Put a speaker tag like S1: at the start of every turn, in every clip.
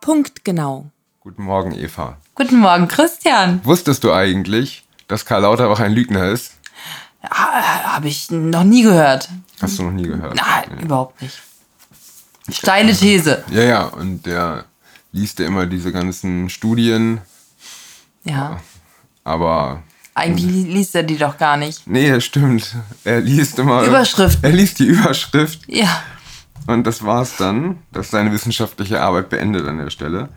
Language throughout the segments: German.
S1: Punktgenau.
S2: Guten Morgen, Eva.
S1: Guten Morgen, Christian.
S2: Wusstest du eigentlich, dass Karl Lauterbach ein Lügner ist?
S1: Ah, Habe ich noch nie gehört.
S2: Hast du noch nie gehört.
S1: Ah, überhaupt nicht. Steile These.
S2: Ja, ja, und der liest ja immer diese ganzen Studien,
S1: Ja.
S2: aber
S1: Eigentlich li- liest er die doch gar nicht.
S2: nee, das stimmt. Er liest immer
S1: Überschrift.
S2: Er liest die Überschrift
S1: Ja.
S2: und das war's dann. Das ist seine wissenschaftliche Arbeit beendet an der Stelle.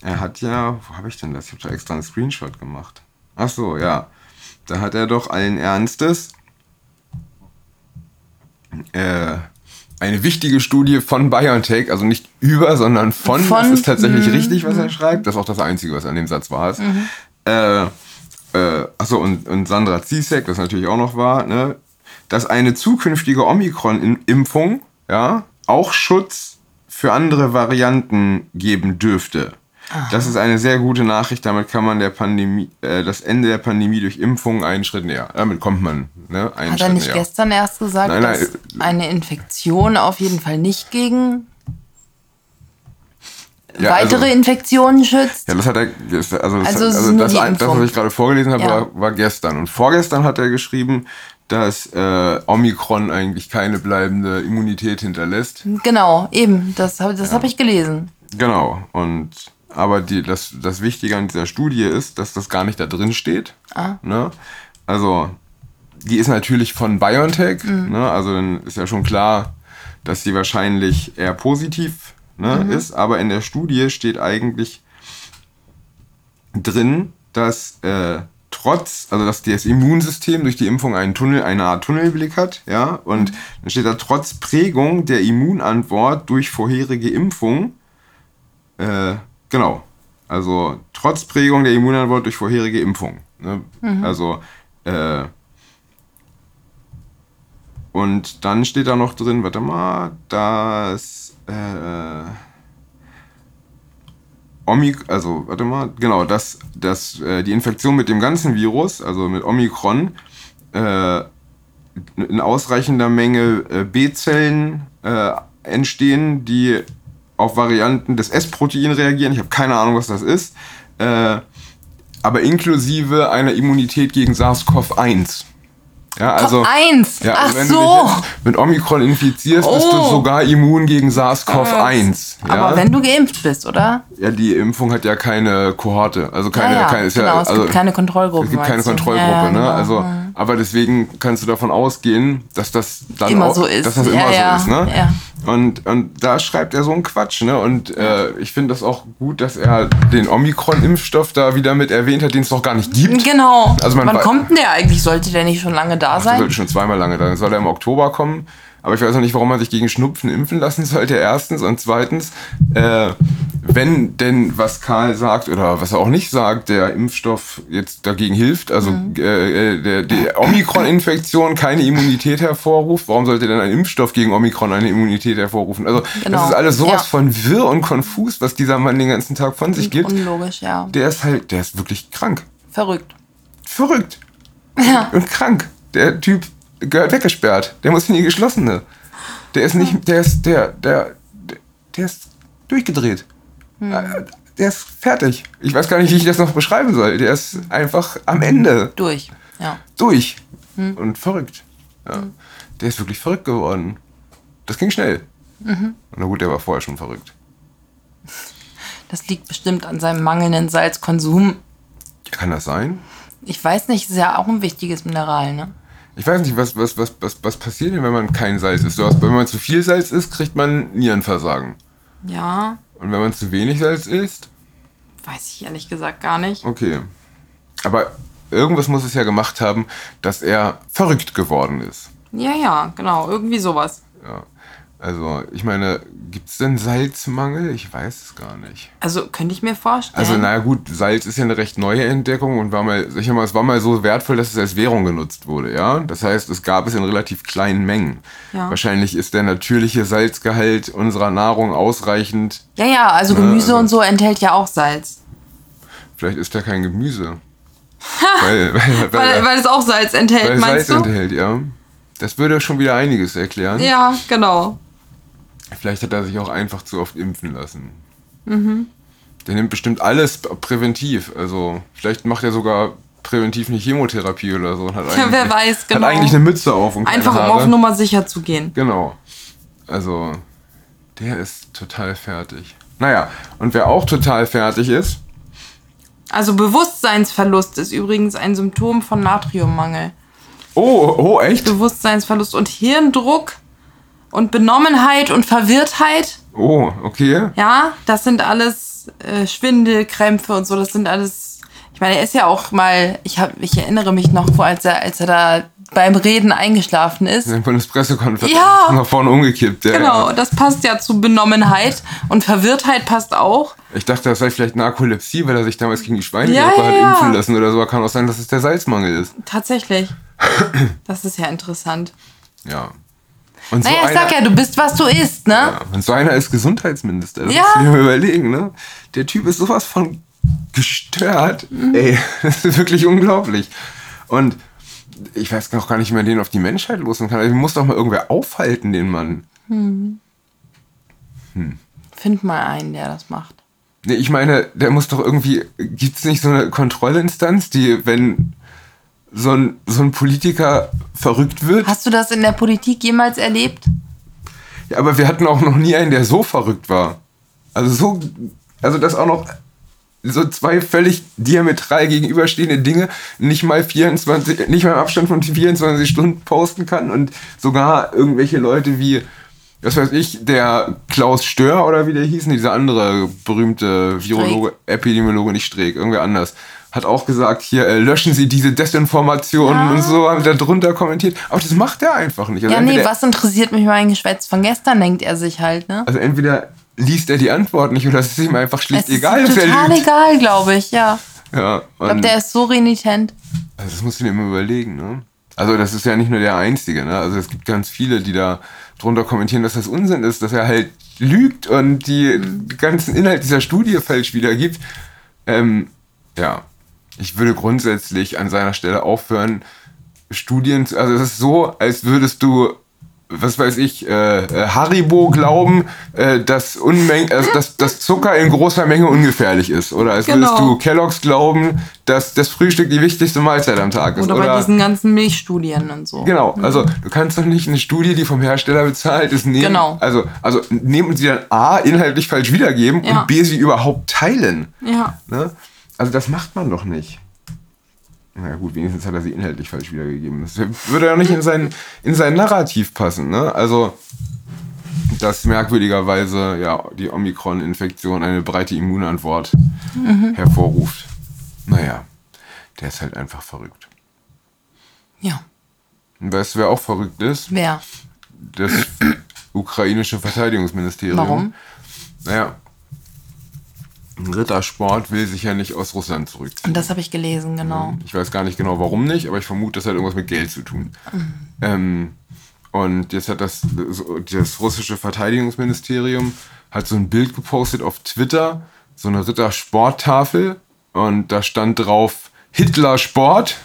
S2: Er hat ja, wo habe ich denn das? Ich habe da extra einen Screenshot gemacht. Ach so, ja. Da hat er doch allen Ernstes äh, eine wichtige Studie von BioNTech, also nicht über, sondern von,
S1: Von,
S2: das ist tatsächlich
S1: Mhm.
S2: richtig, was er schreibt. Das ist auch das Einzige, was an dem Satz war. Äh, äh, achso, und, und Sandra Zizek, das natürlich auch noch war, ne, dass eine zukünftige Omikron-Impfung ja, auch Schutz für andere Varianten geben dürfte. Das ist eine sehr gute Nachricht. Damit kann man der Pandemie, äh, das Ende der Pandemie durch Impfung einen Schritt näher. Damit kommt man ne, einen
S1: Hat
S2: Schritt
S1: er nicht
S2: näher.
S1: gestern erst gesagt,
S2: Nein, äh, nein,
S1: dass eine Infektion auf jeden Fall nicht gegen
S2: Ja, also-
S1: weitere Infektionen schützt?
S2: Ja, das hat er. das- Also, das,
S1: Also es ist
S2: also
S1: nur
S2: das,
S1: die
S2: ein- das, was
S1: Impfung.
S2: ich gerade vorgelesen habe,
S1: Ja.
S2: war, war gestern. Und vorgestern hat er geschrieben, dass äh, Omikron eigentlich keine bleibende Immunität hinterlässt.
S1: Genau, eben. Das, hab- das habe ich gelesen.
S2: Genau. Und aber die, das, das Wichtige an dieser Studie ist, dass das gar nicht da drin steht. Ne? Also, die ist natürlich von BioNTech. Ne? Also dann ist ja schon klar, dass sie wahrscheinlich eher positiv ne, ist. Aber in der Studie steht eigentlich drin, dass äh, trotz, also dass das Immunsystem durch die Impfung einen Tunnel, eine Art Tunnelblick hat, ja, und dann steht da trotz Prägung der Immunantwort durch vorherige Impfung, äh, genau, also trotz Prägung der Immunantwort durch vorherige Impfung, ne? also äh, und dann steht da noch drin, warte mal, dass äh, Omik, also warte mal, genau, dass, dass äh, die Infektion mit dem ganzen Virus, also mit Omikron, äh, in ausreichender Menge äh, B-Zellen äh, entstehen, die auf Varianten des S-Protein reagieren. Ich habe keine Ahnung, was das ist. Äh, aber inklusive einer Immunität gegen SARS-CoV-1. Ja, also,
S1: Top 1!
S2: ja,
S1: Ach
S2: also wenn du
S1: so!
S2: dich jetzt mit Omikron infizierst, bist du
S1: Oh. Ah,
S2: sogar immun gegen SARS-CoV-1. Ja?
S1: Aber wenn du geimpft bist, oder?
S2: ja, die Impfung hat ja keine Kohorte. Also keine,
S1: Ja, ja,
S2: keine, ist
S1: genau,
S2: ja,
S1: es
S2: also,
S1: gibt keine Kontrollgruppe,
S2: Es gibt keine
S1: meinst du?
S2: Kontrollgruppe,
S1: Ja, ja,
S2: ne?
S1: genau.
S2: Also, aber deswegen kannst du davon ausgehen, dass das dann
S1: Immer
S2: auch,
S1: so ist.
S2: Dass das
S1: Ja,
S2: immer
S1: ja,
S2: so ist, ne?
S1: ja.
S2: Und, und da schreibt er so einen Quatsch, ne? Und äh, ich finde das auch gut, dass er den Omikron-Impfstoff da wieder mit erwähnt hat, den es doch gar nicht gibt.
S1: Genau.
S2: Also man
S1: Wann
S2: wei-
S1: kommt denn der eigentlich? Sollte der nicht schon lange da
S2: Der
S1: sein?
S2: sollte schon zweimal lange dann. Soll er im Oktober kommen? Aber ich weiß noch nicht, warum man sich gegen Schnupfen impfen lassen sollte, erstens. Und zweitens, äh, wenn denn, was Karl sagt oder was er auch nicht sagt, der Impfstoff jetzt dagegen hilft, also
S1: Mhm.
S2: äh, äh, der, die Omikron-Infektion keine Immunität hervorruft, warum sollte denn ein Impfstoff gegen Omikron eine Immunität hervorrufen? Also
S1: Genau.
S2: das ist alles sowas
S1: Ja.
S2: von wirr und konfus, was dieser Mann den ganzen Tag von sich gibt.
S1: Unlogisch, ja.
S2: Der ist halt, der ist wirklich krank
S1: Verrückt.
S2: verrückt und krank. Der Typ gehört weggesperrt. Der muss in die geschlossene. Der ist nicht, der ist, der, der, der- der ist durchgedreht. Äh, Der ist fertig. Ich weiß gar nicht, wie ich das noch beschreiben soll. Der ist einfach am Ende
S1: Durch. Ja.
S2: durch und verrückt. Ja. Der ist wirklich verrückt geworden. Das ging schnell. Na gut, der war vorher schon verrückt.
S1: Das liegt bestimmt an seinem mangelnden Salzkonsum.
S2: Kann das sein?
S1: Ich weiß nicht, ist ja auch ein wichtiges Mineral, ne?
S2: Ich weiß nicht, was, was, was, was, was passiert denn, wenn man kein Salz isst? Du hast, wenn man zu viel Salz isst, kriegt man Nierenversagen.
S1: Ja,
S2: Und wenn man zu wenig Salz isst,
S1: weiß ich ehrlich gesagt gar nicht.
S2: okay. Aber irgendwas muss es ja gemacht haben, dass er verrückt geworden ist.
S1: Ja, ja, genau, irgendwie sowas.
S2: Ja. Also, ich meine, gibt es denn Salzmangel? Ich weiß es gar nicht.
S1: Also könnte ich mir vorstellen.
S2: Also, naja, gut, Salz ist ja eine recht neue Entdeckung und war mal, ich sag mal, es war mal so wertvoll, dass es als Währung genutzt wurde, ja? Das heißt, es gab es in relativ kleinen Mengen.
S1: Ja.
S2: Wahrscheinlich ist der natürliche Salzgehalt unserer Nahrung ausreichend.
S1: ja, ja, also Gemüse
S2: also-
S1: und so enthält ja auch Salz.
S2: Vielleicht ist da kein Gemüse. weil, weil,
S3: Weil, weil es auch Salz enthält,
S2: Weil
S3: meinst
S2: Salz
S3: du?
S2: enthält, ja. Das würde schon wieder einiges erklären.
S3: Ja, genau.
S2: Vielleicht hat er sich auch einfach zu oft impfen lassen. Mhm. Der nimmt bestimmt alles präventiv. Also vielleicht macht er sogar präventiv eine Chemotherapie oder so. Und hat
S1: wer
S2: eigentlich-
S1: weiß, genau.
S2: Hat eigentlich eine Mütze auf und keine
S1: Einfach um
S2: Haare.
S1: auf Nummer sicher zu gehen.
S2: Genau. Also, der ist total fertig. Naja, und wer auch total fertig ist,
S1: Also Bewusstseinsverlust ist übrigens ein Symptom von Natriummangel.
S2: oh, oh, echt?
S1: Bewusstseinsverlust und Hirndruck und Benommenheit und Verwirrtheit,
S2: Oh, okay.
S1: ja, das sind alles äh, Schwindel, Krämpfe und so, das sind alles. Ich meine, er ist ja auch mal, ich hab, ich erinnere mich noch, wo als er, als er da beim Reden eingeschlafen ist.
S2: In der Bundespressekonferenz
S1: Ja.
S2: ist nach vorne umgekippt. Ja,
S1: Genau,
S2: Ja.
S1: das passt ja zu Benommenheit und Verwirrtheit passt auch.
S2: Ich dachte, das sei vielleicht Narkolepsie, weil er sich damals gegen die Schweine
S1: Ja, ja,
S2: hat
S1: ja.
S2: impfen lassen oder so. Aber Kann auch sein, dass es der Salzmangel ist.
S1: Tatsächlich. Das ist ja interessant.
S2: Ja. Und
S1: Naja, ich
S2: einer,
S1: sag ja, du bist, was du isst, ne?
S2: ja, Und so einer ist Gesundheitsminister. Das
S1: Ja.
S2: musst du dir mal überlegen, ne? Der Typ ist sowas von gestört.
S1: Mhm.
S2: Ey, das ist wirklich unglaublich. Und ich weiß noch gar nicht, wie man den auf die Menschheit losen kann. Ich muss doch mal irgendwer aufhalten, den Mann.
S1: Find mal einen, der das macht.
S2: Nee, ich meine, der muss doch irgendwie. Gibt es nicht so eine Kontrollinstanz, die, wenn so ein, so ein Politiker verrückt wird?
S1: Hast du das in der Politik jemals erlebt?
S2: Ja, aber wir hatten auch noch nie einen, der so verrückt war. Also so, also das auch noch so zwei völlig diametral gegenüberstehende Dinge nicht mal 24, nicht mal im Abstand von 24 Stunden posten kann und sogar irgendwelche Leute wie, was weiß ich, der Klaus Stör oder wie der hieß, nee, dieser andere berühmte Virologe, Epidemiologe, nicht Streeck, irgendwer anders, hat auch gesagt, hier äh, löschen Sie diese Desinformationen
S1: Ja.
S2: und so, haben da drunter kommentiert. Aber das macht er einfach nicht. Also
S1: Ja, nee,
S2: entweder-
S1: was interessiert mich mein Geschwätz von gestern, denkt er sich halt, ne?
S2: also entweder liest er die Antwort nicht oder es ist ihm einfach schlicht
S1: Es
S2: egal,
S1: ist
S2: dass er
S1: total
S2: lügt.
S1: egal, glaube ich, ja.
S2: Ja,
S1: Ich glaube,
S2: und
S1: der ist so renitent.
S2: also das musst du dir immer überlegen, ne? Also das ist ja nicht nur der Einzige, ne? Also es gibt ganz viele, die da drunter kommentieren, dass das Unsinn ist, dass er halt lügt und die ganzen Inhalt dieser Studie falsch wiedergibt. Ähm, ja, ich würde grundsätzlich an seiner Stelle aufhören, Studien, zu- also es ist so, als würdest du, was weiß ich, äh, äh, Haribo glauben, äh, dass, Unmeng also dass, dass Zucker in großer Menge ungefährlich ist. Oder als würdest
S1: Genau.
S2: du Kelloggs glauben, dass das Frühstück die wichtigste Mahlzeit am Tag ist.
S1: Oder, bei diesen Mhm. ganzen Milchstudien und so.
S2: Genau, also du kannst doch nicht eine Studie, die vom Hersteller bezahlt ist, nehmen.
S1: Genau.
S2: Also, also nehmen und sie dann A, inhaltlich falsch wiedergeben
S1: Ja.
S2: und B, sie überhaupt teilen.
S1: Ja.
S2: Ne? Also das macht man doch nicht. Na ja, gut, wenigstens hat er sie inhaltlich falsch wiedergegeben. Das würde ja nicht in sein, in sein Narrativ passen. Ne? Also, dass merkwürdigerweise ja, die Omikron-Infektion eine breite Immunantwort hervorruft. Naja, der ist halt einfach verrückt.
S1: Ja.
S2: Und weißt du, wer auch verrückt ist?
S1: Wer?
S2: Das ukrainische Verteidigungsministerium.
S1: Warum?
S2: Naja, ein Rittersport will sich ja nicht aus Russland zurückziehen.
S1: Und das habe ich gelesen, genau.
S2: Ich weiß gar nicht genau, warum nicht, aber ich vermute, das hat irgendwas mit Geld zu tun. Ähm, und jetzt hat das, das russische Verteidigungsministerium hat so ein Bild gepostet auf Twitter, so eine Ritter-Sporttafel und da stand drauf Hitler-Sport.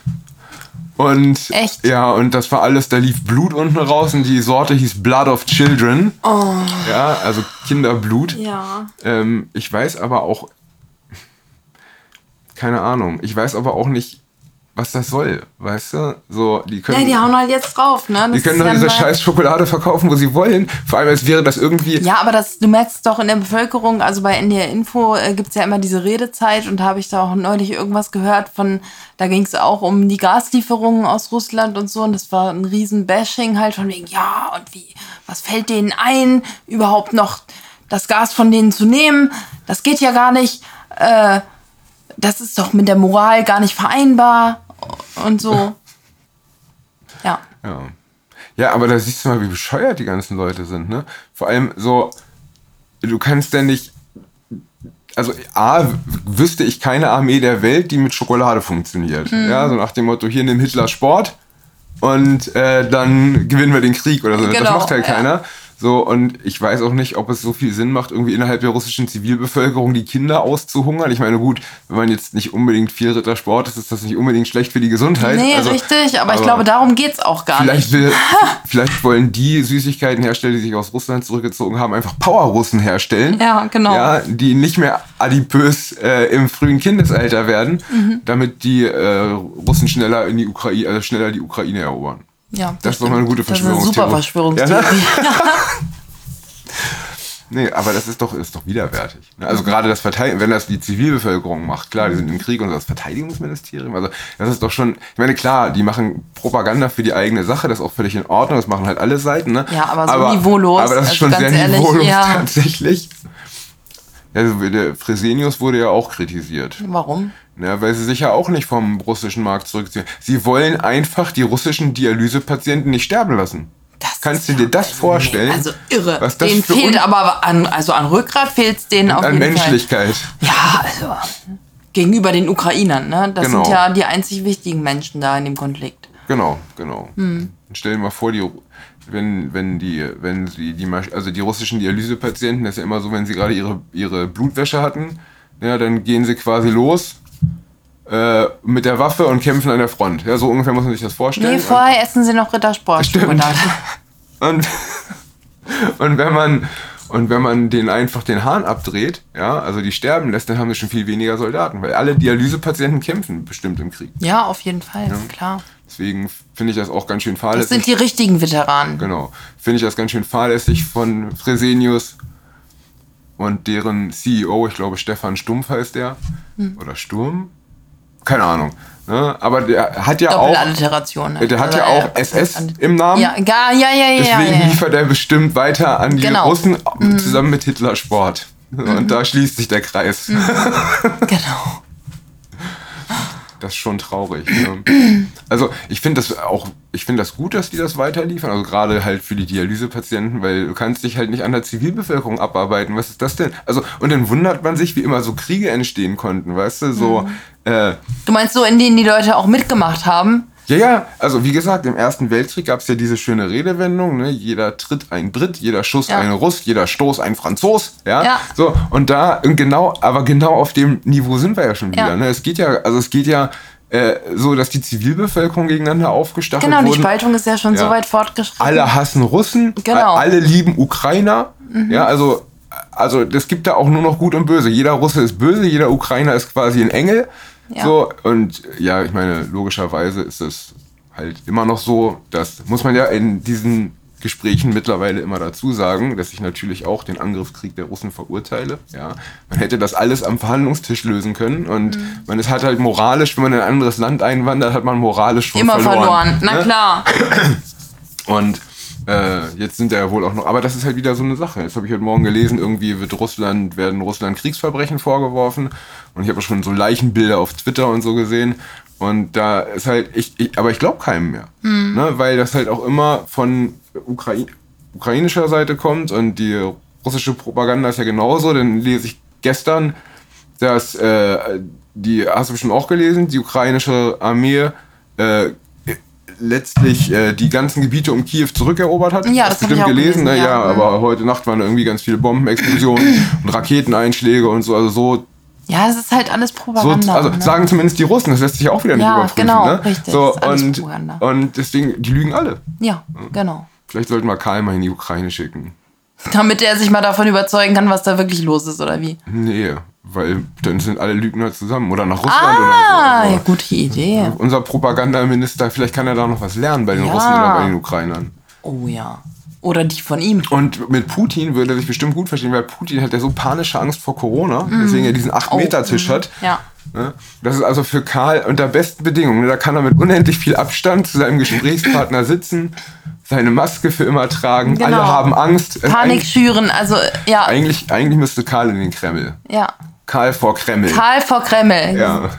S2: Und
S1: Echt?
S2: ja, und das war alles, da lief Blut unten raus und die Sorte hieß Blood of Children.
S1: Oh.
S2: Ja, also Kinderblut.
S1: Ja.
S2: Ähm, ich weiß aber auch, keine Ahnung, ich weiß aber auch nicht, was das soll, weißt du? So, die können,
S1: Ja, die hauen halt jetzt drauf, ne? Das
S2: die können
S1: ist
S2: doch
S1: ja
S2: diese
S1: mal-
S2: scheiß Schokolade verkaufen, wo sie wollen. Vor allem, als wäre das irgendwie.
S1: Ja, aber das, du merkst es doch in der Bevölkerung, also bei NDR Info äh, gibt's ja immer diese Redezeit und da habe ich da auch neulich irgendwas gehört von, da ging's auch um die Gaslieferungen aus Russland und so und das war ein riesen Bashing halt von wegen, ja und wie, was fällt denen ein, überhaupt noch das Gas von denen zu nehmen, das geht ja gar nicht, äh, das ist doch mit der Moral gar nicht vereinbar und so. Ja.
S2: Ja. Ja, aber da siehst du mal, wie bescheuert die ganzen Leute sind, ne? Vor allem so, du kannst ja nicht. Also A, wüsste ich keine Armee der Welt, die mit Schokolade funktioniert.
S1: Hm.
S2: Ja, so nach dem Motto, hier nimm Hitler Sport und äh, dann gewinnen wir den Krieg oder so.
S1: Genau,
S2: das macht halt
S1: ja.
S2: keiner. So, und ich weiß auch nicht, ob es so viel Sinn macht, irgendwie innerhalb der russischen Zivilbevölkerung die Kinder auszuhungern. Ich meine, gut, wenn man jetzt nicht unbedingt viel Rittersport ist, ist das nicht unbedingt schlecht für die Gesundheit.
S1: Nee,
S2: Also,
S1: richtig, aber, ich glaube, darum geht es auch gar nicht.
S2: Vielleicht, will, vielleicht wollen die Süßigkeitenhersteller, die sich aus Russland zurückgezogen haben, einfach Powerrussen herstellen.
S1: Ja, genau.
S2: Ja, die nicht mehr adipös äh, im frühen Kindesalter werden,
S1: Mhm.
S2: damit die äh, Russen schneller in die Ukraine, also schneller die Ukraine erobern.
S1: Ja,
S2: Das ist doch mal eine gute
S1: Das ist eine super Verschwörungstheorie.
S2: Ja, ne? Nee, aber das ist doch, ist doch widerwärtig. Ne? Also gerade das Verteidigen, wenn das die Zivilbevölkerung macht, klar, die sind im Krieg und das Verteidigungsministerium, also das ist doch schon, ich meine, klar, die machen Propaganda für die eigene Sache, das ist auch völlig in Ordnung, das machen halt alle Seiten, ne?
S1: Ja, aber so niveaulos,
S2: Aber das ist
S1: also
S2: schon
S1: ganz
S2: sehr
S1: ehrlich,
S2: niveaulos
S1: ja.
S2: tatsächlich. Also der Fresenius wurde ja auch kritisiert.
S1: Warum?
S2: Ne, weil sie sich ja auch nicht vom russischen Markt zurückziehen. Sie wollen einfach die russischen Dialysepatienten nicht sterben lassen.
S1: Das
S2: Kannst
S1: ist
S2: du dir das vorstellen?
S1: Also irre.
S2: Was das
S1: denen
S2: für
S1: fehlt
S2: un-
S1: aber an, also an Rückgrat fehlt es denen auf
S2: an
S1: jeden Fall.
S2: Menschlichkeit.
S1: Ja, also gegenüber den Ukrainern, ne? Das
S2: Genau.
S1: sind ja die einzig wichtigen Menschen da in dem Konflikt.
S2: Genau, genau.
S1: Hm.
S2: Und Stell dir mal vor, die, wenn, wenn die, wenn sie die, Masch- also die russischen Dialysepatienten, das ist ja immer so, wenn sie gerade ihre, ihre Blutwäsche hatten, ja, dann gehen sie quasi los äh, mit der Waffe und kämpfen an der Front. Ja, so ungefähr muss man sich das vorstellen.
S1: Nee, vorher essen sie noch Rittersport.
S2: Stimmt. Und, und wenn man und wenn man den einfach den Hahn abdreht, ja, also die sterben lässt, dann haben sie schon viel weniger Soldaten, weil alle Dialysepatienten kämpfen bestimmt im Krieg.
S1: Ja, auf jeden Fall, klar.
S2: Deswegen finde ich das auch ganz schön
S1: Das
S2: fahrlässig.
S1: sind die richtigen Veteranen.
S2: genau, finde ich das ganz schön fahrlässig von Fresenius und deren CEO, ich glaube Stefan Stumpf heißt der
S1: Hm.
S2: oder Sturm, keine Ahnung. Ne? Aber der hat ja auch,
S1: Doppelliteration. Ne?
S2: der hat
S1: Also,
S2: ja
S1: äh,
S2: auch SS im Namen.
S1: Ja, ja, ja, ja, ja.
S2: Deswegen
S1: ja, ja.
S2: liefert er bestimmt weiter an die
S1: Genau. Mhm.
S2: Russen zusammen mit Hitler Sport. Und da schließt sich der Kreis.
S1: Genau.
S2: Das ist schon traurig. Ne? Also ich finde das auch, ich finde das gut, dass die das weiterliefern. Also gerade halt für die Dialysepatienten, weil du kannst dich halt nicht an der Zivilbevölkerung abarbeiten. Was ist das denn? Also und dann wundert man sich, wie immer so Kriege entstehen konnten, weißt du? So äh,
S1: Du meinst so, in denen die Leute auch mitgemacht haben?
S2: Ja, ja, also wie gesagt, im Ersten Weltkrieg gab's ja diese schöne Redewendung, ne? jeder Tritt ein Brit, jeder Schuss
S1: Ja.
S2: ein Russ, jeder Stoß ein Franzos, ja?
S1: Ja.
S2: So, und da, und genau, aber genau auf dem Niveau sind wir ja schon
S1: Ja.
S2: wieder. Ne? Es geht ja, also es geht ja äh, so, dass die Zivilbevölkerung gegeneinander aufgestachelt
S1: Genau, die
S2: wurden.
S1: Spaltung ist ja schon
S2: Ja.
S1: so weit fortgeschritten.
S2: Alle hassen Russen,
S1: Genau. Mhm.
S2: a- alle lieben Ukrainer, ja, also, also es gibt da auch nur noch Gut und Böse. Jeder Russe ist böse, jeder Ukrainer ist quasi ein Engel.
S1: Ja.
S2: So, und ja, ich meine, logischerweise ist es halt immer noch so, das muss man ja in diesen Gesprächen mittlerweile immer dazu sagen, dass ich natürlich auch den Angriffskrieg der Russen verurteile. Ja, man hätte das alles am Verhandlungstisch lösen können und
S1: Mhm.
S2: man ist halt halt moralisch, wenn man in ein anderes Land einwandert, hat man moralisch schon
S1: Immer verloren. Na
S2: ne?
S1: klar.
S2: Und äh, jetzt sind da ja wohl auch noch, aber das ist halt wieder so eine Sache. Jetzt habe ich heute Morgen gelesen, irgendwie wird Russland, werden Russland Kriegsverbrechen vorgeworfen. Und ich habe schon so Leichenbilder auf Twitter und so gesehen. Und da ist halt, ich, ich aber ich glaube keinem mehr. Ne? Weil das halt auch immer von Ukraine, ukrainischer Seite kommt und die russische Propaganda ist ja genauso. Dann lese ich gestern, dass äh, die, hast du bestimmt auch gelesen, die ukrainische Armee äh, letztlich äh, die ganzen Gebiete um Kiew zurückerobert hat.
S1: Ja, das hab
S2: Hast
S1: ich
S2: bestimmt
S1: auch
S2: gelesen.
S1: gelesen,
S2: ne? ja,
S1: ja. Mhm.
S2: aber heute Nacht waren irgendwie ganz viele Bombenexplosionen und Raketeneinschläge und so. Also so
S1: Ja, es ist halt alles Propaganda.
S2: so, also
S1: ne?
S2: sagen zumindest die Russen, das lässt sich auch wieder nicht
S1: Ja,
S2: überprüfen.
S1: genau,
S2: ne?
S1: richtig,
S2: So,
S1: ist alles
S2: und,
S1: Propaganda.
S2: und deswegen, die lügen alle.
S1: ja, genau.
S2: Vielleicht sollten wir Karl mal in die Ukraine schicken.
S1: Damit er sich mal davon überzeugen kann, was da wirklich los ist oder wie.
S2: Nee, weil dann sind alle Lügner zusammen oder nach Russland
S1: Ah,
S2: oder genau so.
S1: ja, gute Idee.
S2: Unser Propagandaminister, vielleicht kann er da noch was lernen bei den
S1: Ah! Ja.
S2: Russen oder bei den Ukrainern.
S1: Oh ja. Oder die von ihm.
S2: Und mit Putin würde er sich bestimmt gut verstehen, weil Putin hat ja so panische Angst vor Corona, deswegen er diesen 8-Meter-Tisch hat.
S1: Mhm. Ja.
S2: Ne? Das ist also für Karl unter besten Bedingungen. ne? Da kann er mit unendlich viel Abstand zu seinem Gesprächspartner sitzen, seine Maske für immer tragen.
S1: Genau.
S2: Alle haben Angst. Also
S1: Panik schüren, also ja,
S2: Eigentlich, eigentlich, eigentlich müsste Karl in den Kreml.
S1: ja.
S2: Karl vor Kreml.
S1: Karl vor Kreml.
S2: ja.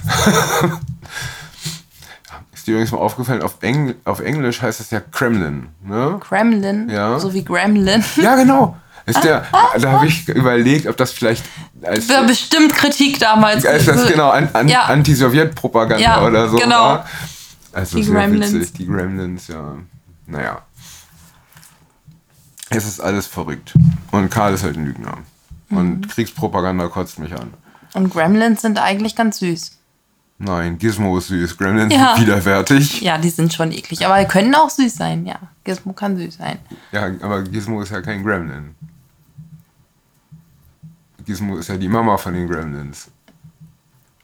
S2: ist dir übrigens mal aufgefallen, auf, Engl auf Englisch heißt das ja Kremlin. Ne?
S1: Kremlin,
S2: Ja.
S1: so wie Gremlin.
S2: Ja, genau. Ist der, da habe ich überlegt, ob das vielleicht als,
S1: War bestimmt Kritik damals.
S2: als das
S1: So-
S2: genau an, an,
S1: Ja.
S2: Anti-Sowjet-Propaganda
S1: Ja,
S2: oder so
S1: genau.
S2: war. Also
S1: Die
S2: sehr
S1: Gremlins.
S2: witzig, die Gremlins, ja. Naja. Es ist alles verrückt. Und Karl ist halt ein Lügner.
S1: Mhm.
S2: Und Kriegspropaganda kotzt mich an.
S1: Und Gremlins sind eigentlich ganz süß.
S2: Nein, Gizmo ist süß, Gremlins
S1: Ja.
S2: sind widerwärtig.
S1: Ja, die sind schon eklig, aber können auch süß sein, ja. Gizmo kann süß sein.
S2: Ja, aber Gizmo ist ja kein Gremlin. Gizmo ist ja die Mama von den Gremlins.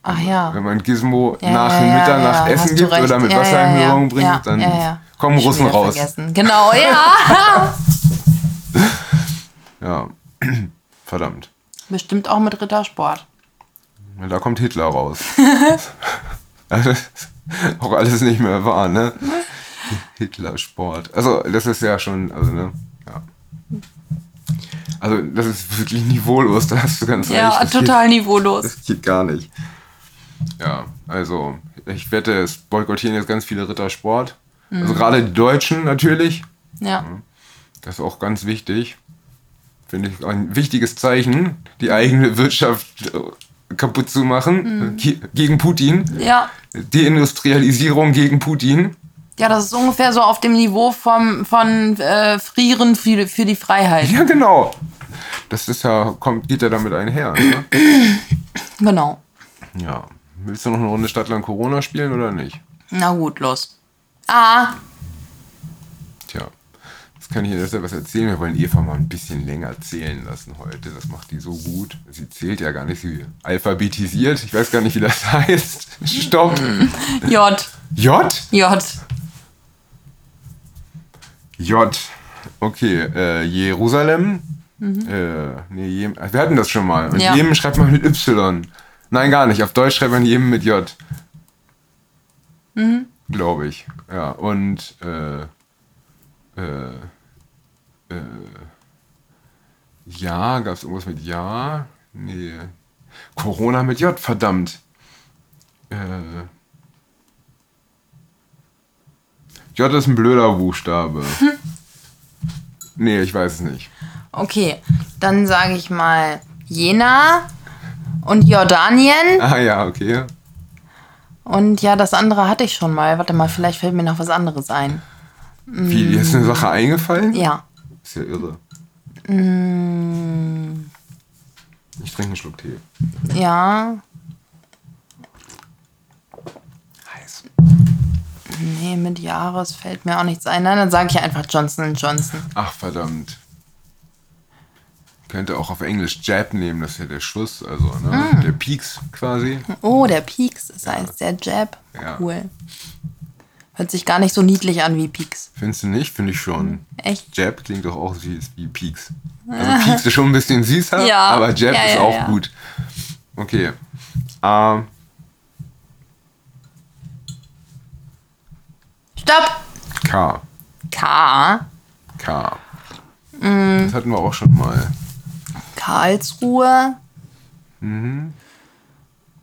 S1: Ach ja.
S2: Wenn man Gizmo
S1: Ja,
S2: nach
S1: ja, ja,
S2: Mitternacht
S1: ja, hast
S2: Essen
S1: du
S2: gibt
S1: recht.
S2: oder mit
S1: Ja,
S2: Wasser
S1: ja,
S2: in
S1: ja,
S2: Berührung bringt,
S1: ja,
S2: dann
S1: ja, ja.
S2: kommen
S1: Schon
S2: Russen
S1: wieder
S2: raus.
S1: Vergessen. Genau, ja.
S2: Ja, verdammt.
S1: Bestimmt auch mit Rittersport.
S2: Ja, Da kommt Hitler raus. Also, das ist auch alles nicht mehr wahr, ne? Hitler-Sport. Also, das ist ja schon, also, ne? Ja. Also, das ist wirklich niveaulos, da hast du ganz
S1: Ja,
S2: recht. Das
S1: total niveaulos.
S2: Geht, das geht gar nicht. Ja, also, ich wette, es boykottieren jetzt ganz viele Rittersport. Also,
S1: Mhm.
S2: gerade die Deutschen natürlich.
S1: Ja.
S2: Mhm. Das ist auch ganz wichtig. Finde ich ein wichtiges Zeichen, die eigene Wirtschaft äh, kaputt zu machen. Ge gegen Putin.
S1: Ja.
S2: Deindustrialisierung gegen Putin.
S1: Ja, das ist ungefähr so auf dem Niveau vom, von äh, Frieren für, für die Freiheit.
S2: Ja, genau. Das ist ja, kommt, geht ja damit einher. Ne?
S1: Genau.
S2: Ja. Willst du noch eine Runde Stadtland Corona spielen oder nicht?
S1: Na gut, los. Ah,
S2: Tja. Das kann ich dir deshalb was erzählen. Wir wollen Eva mal ein bisschen länger zählen lassen heute. Das macht die so gut. Sie zählt ja gar nicht. Sie alphabetisiert. Ich weiß gar nicht, wie das heißt. Stopp.
S1: J,
S2: J?
S1: J.
S2: J. Okay, äh, Jerusalem. Äh, nee, Jem, wir hatten das schon mal. Und
S1: Ja.
S2: Jemen schreibt man mit Y. Nein, gar nicht. Auf Deutsch schreibt man Jemen mit J. Glaube ich. Ja, und äh, äh, äh, ja, gab es irgendwas mit Ja? Nee. Corona mit J, verdammt. Äh, J ist ein blöder Buchstabe. Nee, ich weiß es nicht.
S1: Okay, dann sage ich mal Jena und Jordanien.
S2: Ah ja, okay.
S1: Und ja, das andere hatte ich schon mal. Warte mal, vielleicht fällt mir noch was anderes ein.
S2: Wie, dir ist eine Sache eingefallen?
S1: Ja.
S2: Ist ja irre.
S1: Mm,
S2: Ich trinke einen Schluck Tee.
S1: ja.
S2: Heiß.
S1: Nee, mit Jahres fällt mir auch nichts ein. Nein, dann sage ich einfach Johnson Johnson.
S2: Ach, verdammt. Könnte auch auf Englisch Jab nehmen, das ist ja der Schuss, also ne?
S1: Ah.
S2: der Peaks quasi.
S1: Oh, der Peaks ist eins, der Jab.
S2: Ja.
S1: Cool. Hört sich gar nicht so niedlich an wie Peaks.
S2: Findest du nicht? Finde ich schon.
S1: Echt? Ah.
S2: Jab klingt doch auch süß wie Peaks. Also Peaks ist schon ein bisschen süßer,
S1: Ja.
S2: aber Jab
S1: Ja,
S2: ist
S1: ja,
S2: auch
S1: ja.
S2: gut. Okay. Ähm,
S1: Stopp!
S2: K.
S1: K.
S2: K.
S1: Mm.
S2: Das hatten wir auch schon mal.
S1: Karlsruhe.
S2: Mhm.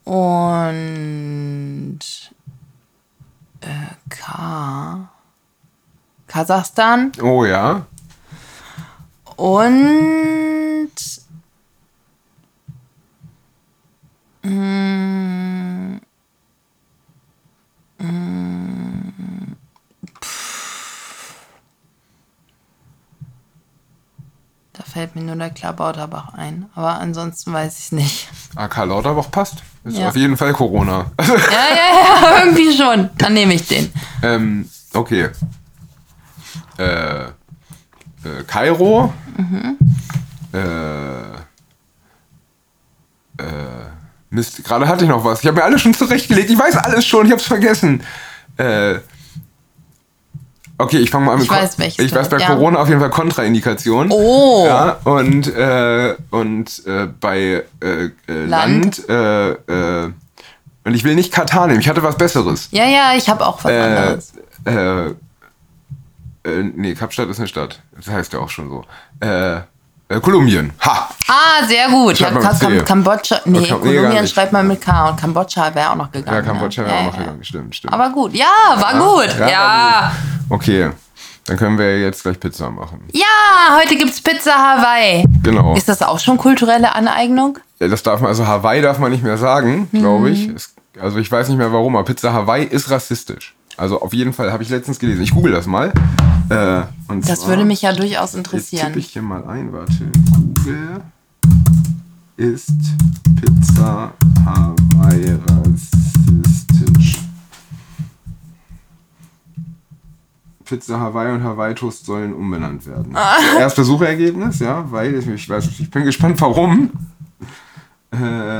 S1: Und äh, K. Kasachstan
S2: Oh ja.
S1: und Mm, mm, pff. Da fällt mir nur der Klabauterbach ein, aber ansonsten weiß ich nicht.
S2: AK Ah, Lauterbach passt. Ist
S1: Ja.
S2: auf jeden Fall Corona.
S1: Ja, ja, ja, irgendwie schon. Dann nehme ich den.
S2: ähm, okay. Äh, äh, Kairo.
S1: Mhm.
S2: Äh, äh, Mist, gerade hatte ich noch was. Ich habe mir alles schon zurechtgelegt. Ich weiß alles schon. Ich habe es vergessen. Äh, okay, ich fange mal an mit
S1: Ich
S2: Kon-
S1: weiß, welches
S2: Ich
S1: du-
S2: weiß bei
S1: ja.
S2: Corona auf jeden Fall Kontraindikation.
S1: Oh.
S2: Ja, und äh, und äh, bei äh, äh, Land.
S1: Land.
S2: äh, äh, und ich will nicht Katar nehmen. Ich hatte was Besseres.
S1: Ja, ja, ich habe auch was
S2: Äh,
S1: anderes.
S2: äh, äh, nee, Kapstadt ist eine Stadt. Das heißt ja auch schon so. Äh, äh, Kolumbien. Ha!
S1: Ah, sehr gut. Ja,
S2: Schreibt man mit
S1: Kam
S2: C.
S1: Kam Kambodscha. Nee,
S2: Kam- Oh, nee, gar
S1: Kolumbien
S2: nicht.
S1: schreibt man mit K und Kambodscha wäre auch noch gegangen. ne?
S2: Ja, Kambodscha wäre
S1: ja,
S2: auch noch
S1: ja.
S2: gegangen. Stimmt, stimmt.
S1: Aber gut, ja, war gut. Ja.
S2: Ja,
S1: Ja,
S2: Okay, dann können wir jetzt gleich Pizza machen.
S1: heute gibt's Pizza Hawaii.
S2: Genau.
S1: Ist das auch schon kulturelle Aneignung?
S2: Ja, das darf man, also
S1: Mhm.
S2: Hawaii darf man nicht mehr sagen, glaube ich. Es, also ich weiß nicht mehr warum, aber Pizza Hawaii ist rassistisch. Also auf jeden Fall habe ich letztens gelesen. Ich google das mal. Äh, und
S1: Das
S2: zwar-
S1: würde mich ja durchaus
S2: Jetzt tippe
S1: interessieren.
S2: ich hier mal ein, warte. Google ist Pizza Hawaii rassistisch. Pizza Hawaii und Hawaii Toast sollen umbenannt werden. Erstes Suchergebnis, ja, weil ich, ich weiß, nicht, ich bin gespannt, warum. Äh, ja,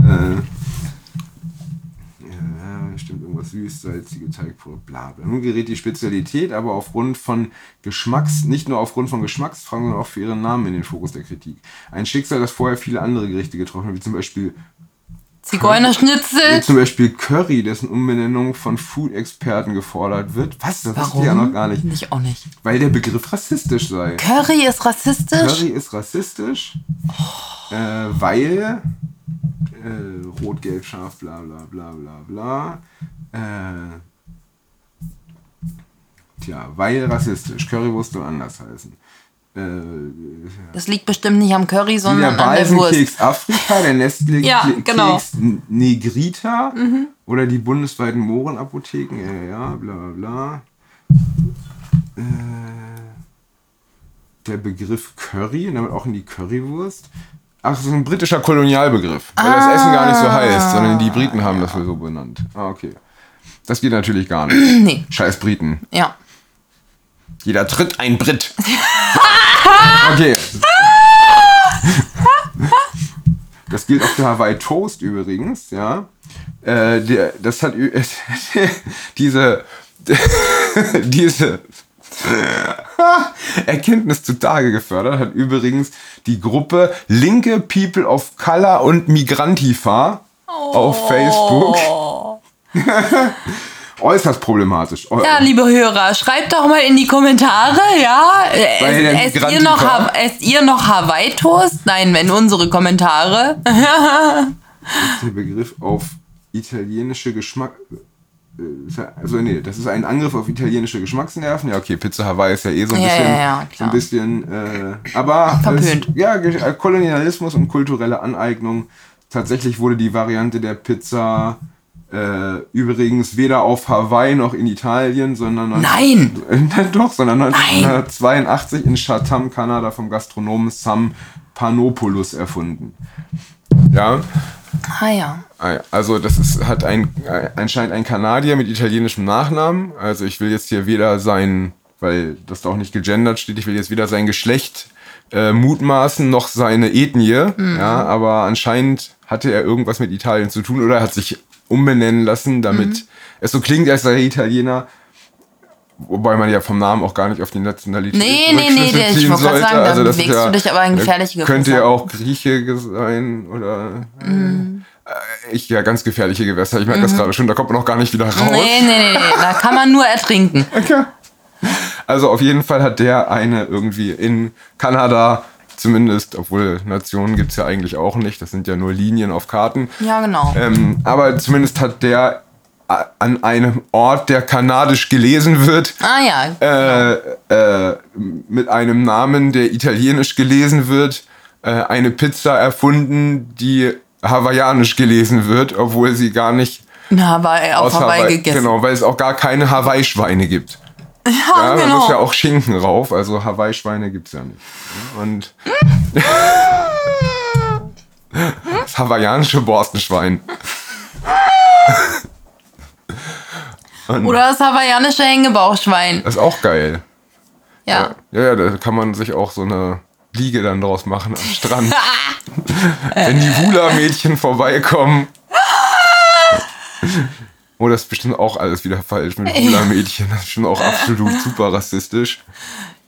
S2: stimmt irgendwas süß, salzige Teigprodukte, bla bla. Nun gerät die Spezialität aber aufgrund von Geschmacks, nicht nur aufgrund von Geschmacksfragen, sondern auch für ihren Namen in den Fokus der Kritik. Ein Schicksal, das vorher viele andere Gerichte getroffen hat, wie zum Beispiel wie
S1: Zigeunerschnitzel?
S2: zum Beispiel Curry, dessen Umbenennung von Food-Experten gefordert wird. Was? Das wusste ich ja noch gar nicht.
S1: Ich auch nicht.
S2: Weil der Begriff rassistisch sei.
S1: Curry ist rassistisch?
S2: Curry ist rassistisch, äh, weil äh, rot, gelb, scharf, bla bla bla bla bla. Äh, tja, weil rassistisch. Currywurst soll anders heißen. Äh,
S1: Das liegt bestimmt nicht am Curry,
S2: die der
S1: sondern an der Wurst.
S2: Balsenkeks Afrika, der Nestle
S1: Ja, genau. Mhm.
S2: Keks N- Negrita oder die bundesweiten Mohrenapotheken, ja, ja, bla bla bla. Äh, der Begriff Curry, und damit auch in die Currywurst. Ach, das ist ein britischer Kolonialbegriff, weil
S1: Ah.
S2: das Essen gar nicht so heißt, sondern die Briten haben das wohl so benannt. Ah, okay. Das geht natürlich gar nicht.
S1: Nee,
S2: Scheiß Briten.
S1: ja.
S2: Jeder tritt ein Brit. okay. Das gilt auch für Hawaii Toast übrigens, ja. Äh, der, das hat ü- diese diese Erkenntnis zutage gefördert hat übrigens die Gruppe Linke People of Color und Migrantifa auf Facebook. Äußerst problematisch. Eu-
S1: Ja, liebe Hörer, schreibt doch mal in die Kommentare, ja?
S2: Weil der
S1: Äh, Esst, esst,
S2: Migrant
S1: ihr noch
S2: war.
S1: Ha- esst ihr noch Hawaii-Toast? Nein, wenn unsere Kommentare.
S2: der Begriff auf italienische Geschmack. äh, Also nee, das ist ein Angriff auf italienische Geschmacksnerven. Ja, okay, Pizza Hawaii ist ja eh so ein
S1: Ja,
S2: bisschen,
S1: ja, ja,
S2: so ein
S1: klar.
S2: bisschen äh, aber
S1: Verpönt.
S2: es- ja, Ge- äh, Kolonialismus und kulturelle Aneignung. Tatsächlich wurde die Variante der Pizza äh, übrigens weder auf Hawaii noch in Italien, sondern
S1: Nein!
S2: doch, sondern 1982 in Chatham, Kanada vom Gastronomen Sam Panopoulos erfunden. Ja,
S1: Ah ja.
S2: Ah ja, Also das ist, hat ein, äh, anscheinend ein Kanadier mit italienischem Nachnamen. Also ich will jetzt hier weder sein, weil das da auch nicht gegendert steht, ich will jetzt weder sein Geschlecht äh, mutmaßen noch seine Ethnie.
S1: Mhm.
S2: Ja, aber anscheinend hatte er irgendwas mit Italien zu tun oder hat sich umbenennen lassen, damit
S1: Mhm.
S2: es so klingt, als sei er Italiener. Wobei man ja vom Namen auch gar nicht auf die Nationalität
S1: Nee, nee, nee,
S2: Rückschlüsse
S1: der- ich
S2: ziehen
S1: wollte gerade
S2: sollte. Also
S1: sagen, da
S2: das ist
S1: bewegst du dich aber in gefährliche
S2: Könnte
S1: Gewässer.
S2: ja auch Grieche ge- sein oder ich ja ganz gefährliche Gewässer. Ich merke
S1: Mhm.
S2: das gerade schon, da kommt man auch gar nicht wieder raus.
S1: Nee, nee, nee, nee, da kann man nur ertrinken.
S2: Okay. Also auf jeden Fall hat der eine irgendwie in Kanada zumindest, obwohl Nationen gibt es ja eigentlich auch nicht, das sind ja nur Linien auf Karten.
S1: Ja, genau.
S2: Ähm, aber zumindest hat der a- an einem Ort, der kanadisch gelesen wird,
S1: Ah ja,
S2: äh, äh, mit einem Namen, der italienisch gelesen wird, äh, eine Pizza erfunden, die hawaiianisch gelesen wird, obwohl sie gar nicht
S1: na, Hawaii, auf
S2: aus
S1: Hawaii,
S2: Hawaii,
S1: gegessen.
S2: Genau, weil es auch gar keine Hawaii-Schweine gibt. Ja,
S1: Ja,
S2: man muss ja
S1: genau.
S2: auch Schinken rauf, also Hawaii-Schweine gibt es ja nicht. Und das hawaiianische Borstenschwein.
S1: Oder das hawaiianische Hängebauchschwein.
S2: Das ist auch geil.
S1: Ja.
S2: Ja, ja, da kann man sich auch so eine Liege dann draus machen am Strand. Wenn die Hula-Mädchen vorbeikommen. Oh, das ist bestimmt auch alles wieder falsch mit Hula-Mädchen. Das ist schon auch absolut super rassistisch.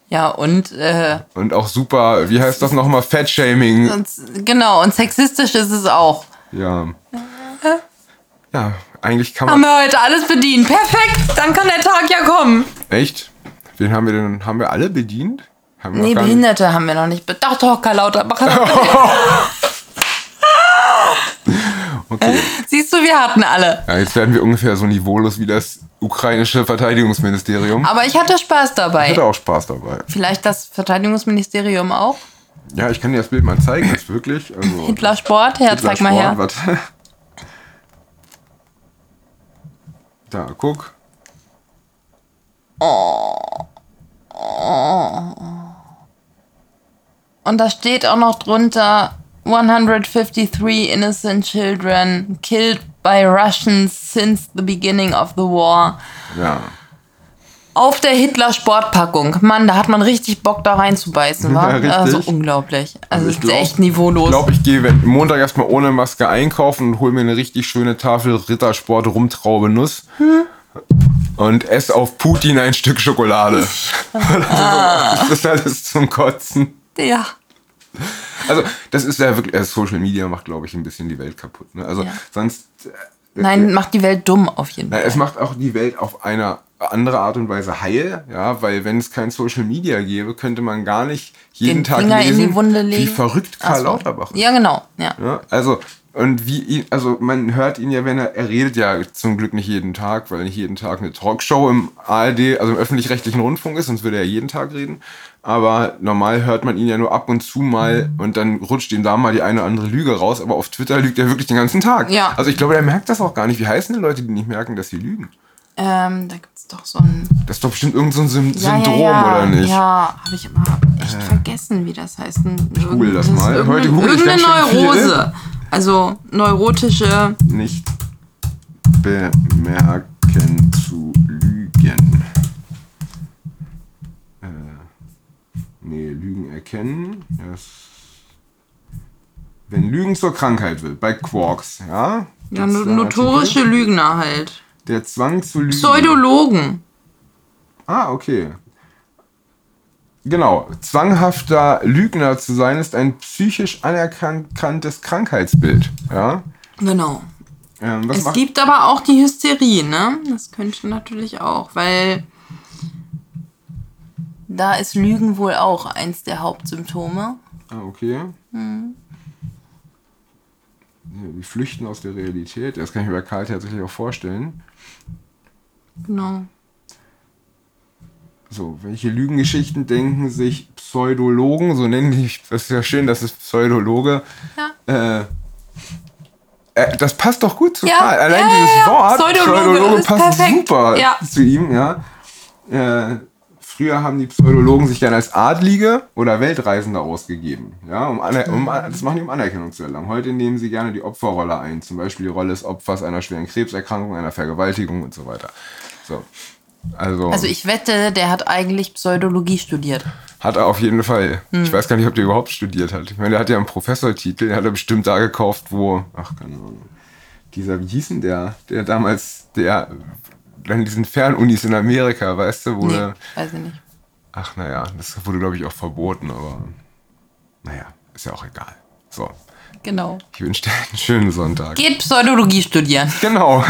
S1: Ja, und, äh,
S2: Und auch super, wie heißt das nochmal? Fettshaming.
S1: und genau, und sexistisch ist es auch.
S2: Ja. Ja, eigentlich kann
S1: Haben
S2: man.
S1: wir heute alles bedient. Perfekt, dann kann der Tag ja kommen.
S2: Echt? Wen haben wir denn? Haben wir alle bedient? Haben wir noch
S1: Nee,
S2: gar nicht-
S1: Behinderte haben wir noch nicht. be- Doch, doch, Karl Lauterbach.
S2: Okay.
S1: Siehst du, wir hatten alle.
S2: Ja, jetzt werden wir ungefähr so niveaulos wie das ukrainische Verteidigungsministerium.
S1: Aber ich hatte Spaß
S2: Ich
S1: dabei.
S2: hatte auch Spaß dabei.
S1: Vielleicht das Verteidigungsministerium auch.
S2: Ja, ich kann dir das Bild mal zeigen, das ist wirklich. Also,
S1: Hitler Sport, her, zeig mal her.
S2: Hitler-Sport, warte. Da, guck.
S1: Und da steht auch noch drunter 153 innocent children killed by Russians since the beginning of the war.
S2: Ja.
S1: Auf der Hitler-Sportpackung. Mann, da hat man richtig Bock, da reinzubeißen,
S2: Ja,
S1: war?
S2: richtig.
S1: also unglaublich. Also,
S2: ich
S1: ist
S2: glaub-
S1: echt niveaulos.
S2: Ich glaube, ich gehe wenn- Montag erstmal ohne Maske einkaufen und hole mir eine richtig schöne Tafel Rittersport Rumtraube Nuss.
S1: Hm?
S2: Und esse auf Putin ein Stück Schokolade. das ist alles zum Kotzen.
S1: ja.
S2: Also, das ist ja wirklich, also Social Media macht, glaube ich, ein bisschen die Welt kaputt. Ne? Also,
S1: Ja.
S2: sonst,
S1: Nein, macht die Welt dumm auf jeden
S2: na,
S1: Fall.
S2: es macht auch die Welt auf eine andere Art und Weise heil, ja, weil wenn es kein Social Media gäbe, könnte man gar nicht jeden
S1: Den
S2: Tag
S1: Finger in
S2: lesen,
S1: die Wunde legen.
S2: wie verrückt Karl
S1: Ach so.
S2: Lauterbach ist.
S1: Ja, genau. Ja.
S2: Ja, also, und wie ihn, also man hört ihn ja, wenn er, er redet ja zum Glück nicht jeden Tag, weil nicht jeden Tag eine Talkshow im ARD, also im öffentlich-rechtlichen Rundfunk ist, sonst würde er jeden Tag reden. Aber normal hört man ihn ja nur ab und zu mal
S1: Mhm.
S2: und dann rutscht ihm da mal die eine oder andere Lüge raus, aber auf Twitter lügt er wirklich den ganzen Tag.
S1: Ja.
S2: Also ich glaube, der merkt das auch gar nicht. Wie heißen denn Leute, die nicht merken, dass sie lügen?
S1: Ähm, da gibt's doch so ein
S2: Das ist doch bestimmt irgendein so ein Sym
S1: Ja,
S2: Syndrom,
S1: ja, ja.
S2: oder nicht? Äh.
S1: Ja, habe ich immer echt vergessen, wie das heißt. Ich
S2: google das mal. Heute google ich
S1: irgendeine
S2: ganz schön viel.
S1: Neurose. Also neurotische.
S2: Nicht bemerken zu lügen. Äh, nee, Lügen erkennen. Das wenn Lügen zur Krankheit wird, bei Quarks, ja?
S1: Ja,
S2: Jetzt
S1: no
S2: der
S1: notorische
S2: Artikel.
S1: Lügner halt.
S2: Der Zwang zu lügen.
S1: Pseudologen.
S2: Ah, okay. Genau, zwanghafter Lügner zu sein ist ein psychisch anerkanntes Krankheitsbild. Ja?
S1: Genau.
S2: Ähm, was
S1: Es
S2: macht
S1: gibt aber auch die Hysterie, ne? Das könnte natürlich auch, weil da ist Lügen wohl auch eins der Hauptsymptome.
S2: Ah, okay. Ja, die flüchten aus der Realität. Das kann ich mir bei Karl tatsächlich auch vorstellen.
S1: Genau.
S2: So, welche Lügengeschichten denken sich Pseudologen, so nennen die, das ist ja schön, dass es Pseudologe. Ja. Äh, äh, das passt doch gut zu
S1: Ja,
S2: Karl. Allein
S1: ja, ja,
S2: dieses
S1: ja.
S2: Wort
S1: Pseudologe ist
S2: passt
S1: perfekt.
S2: super
S1: Ja.
S2: zu ihm, ja. Äh, früher haben die Pseudologen sich gerne als Adlige oder Weltreisende ausgegeben. Ja, um Aner um,
S1: Mhm.
S2: an- das machen die, um Anerkennung zu erlangen. Heute nehmen sie gerne die Opferrolle ein, zum Beispiel die Rolle des Opfers einer schweren Krebserkrankung, einer Vergewaltigung und so weiter. So. Also,
S1: Also ich wette, der hat eigentlich Pseudologie studiert.
S2: hat er auf jeden Fall. Ich weiß gar nicht, ob der überhaupt studiert hat. Ich meine, der hat ja einen Professortitel, den hat er bestimmt da gekauft, wo. Ach, keine Ahnung. Dieser, wie hieß denn der? Der damals, der an diesen Fernunis in Amerika, weißt du, wo
S1: Nee,
S2: der.
S1: weiß ich nicht.
S2: Ach, naja, das wurde, glaube ich, auch verboten, aber. Naja, ist ja auch egal. So,
S1: Genau.
S2: ich wünsche dir einen schönen Sonntag.
S1: Geht Pseudologie studieren.
S2: genau.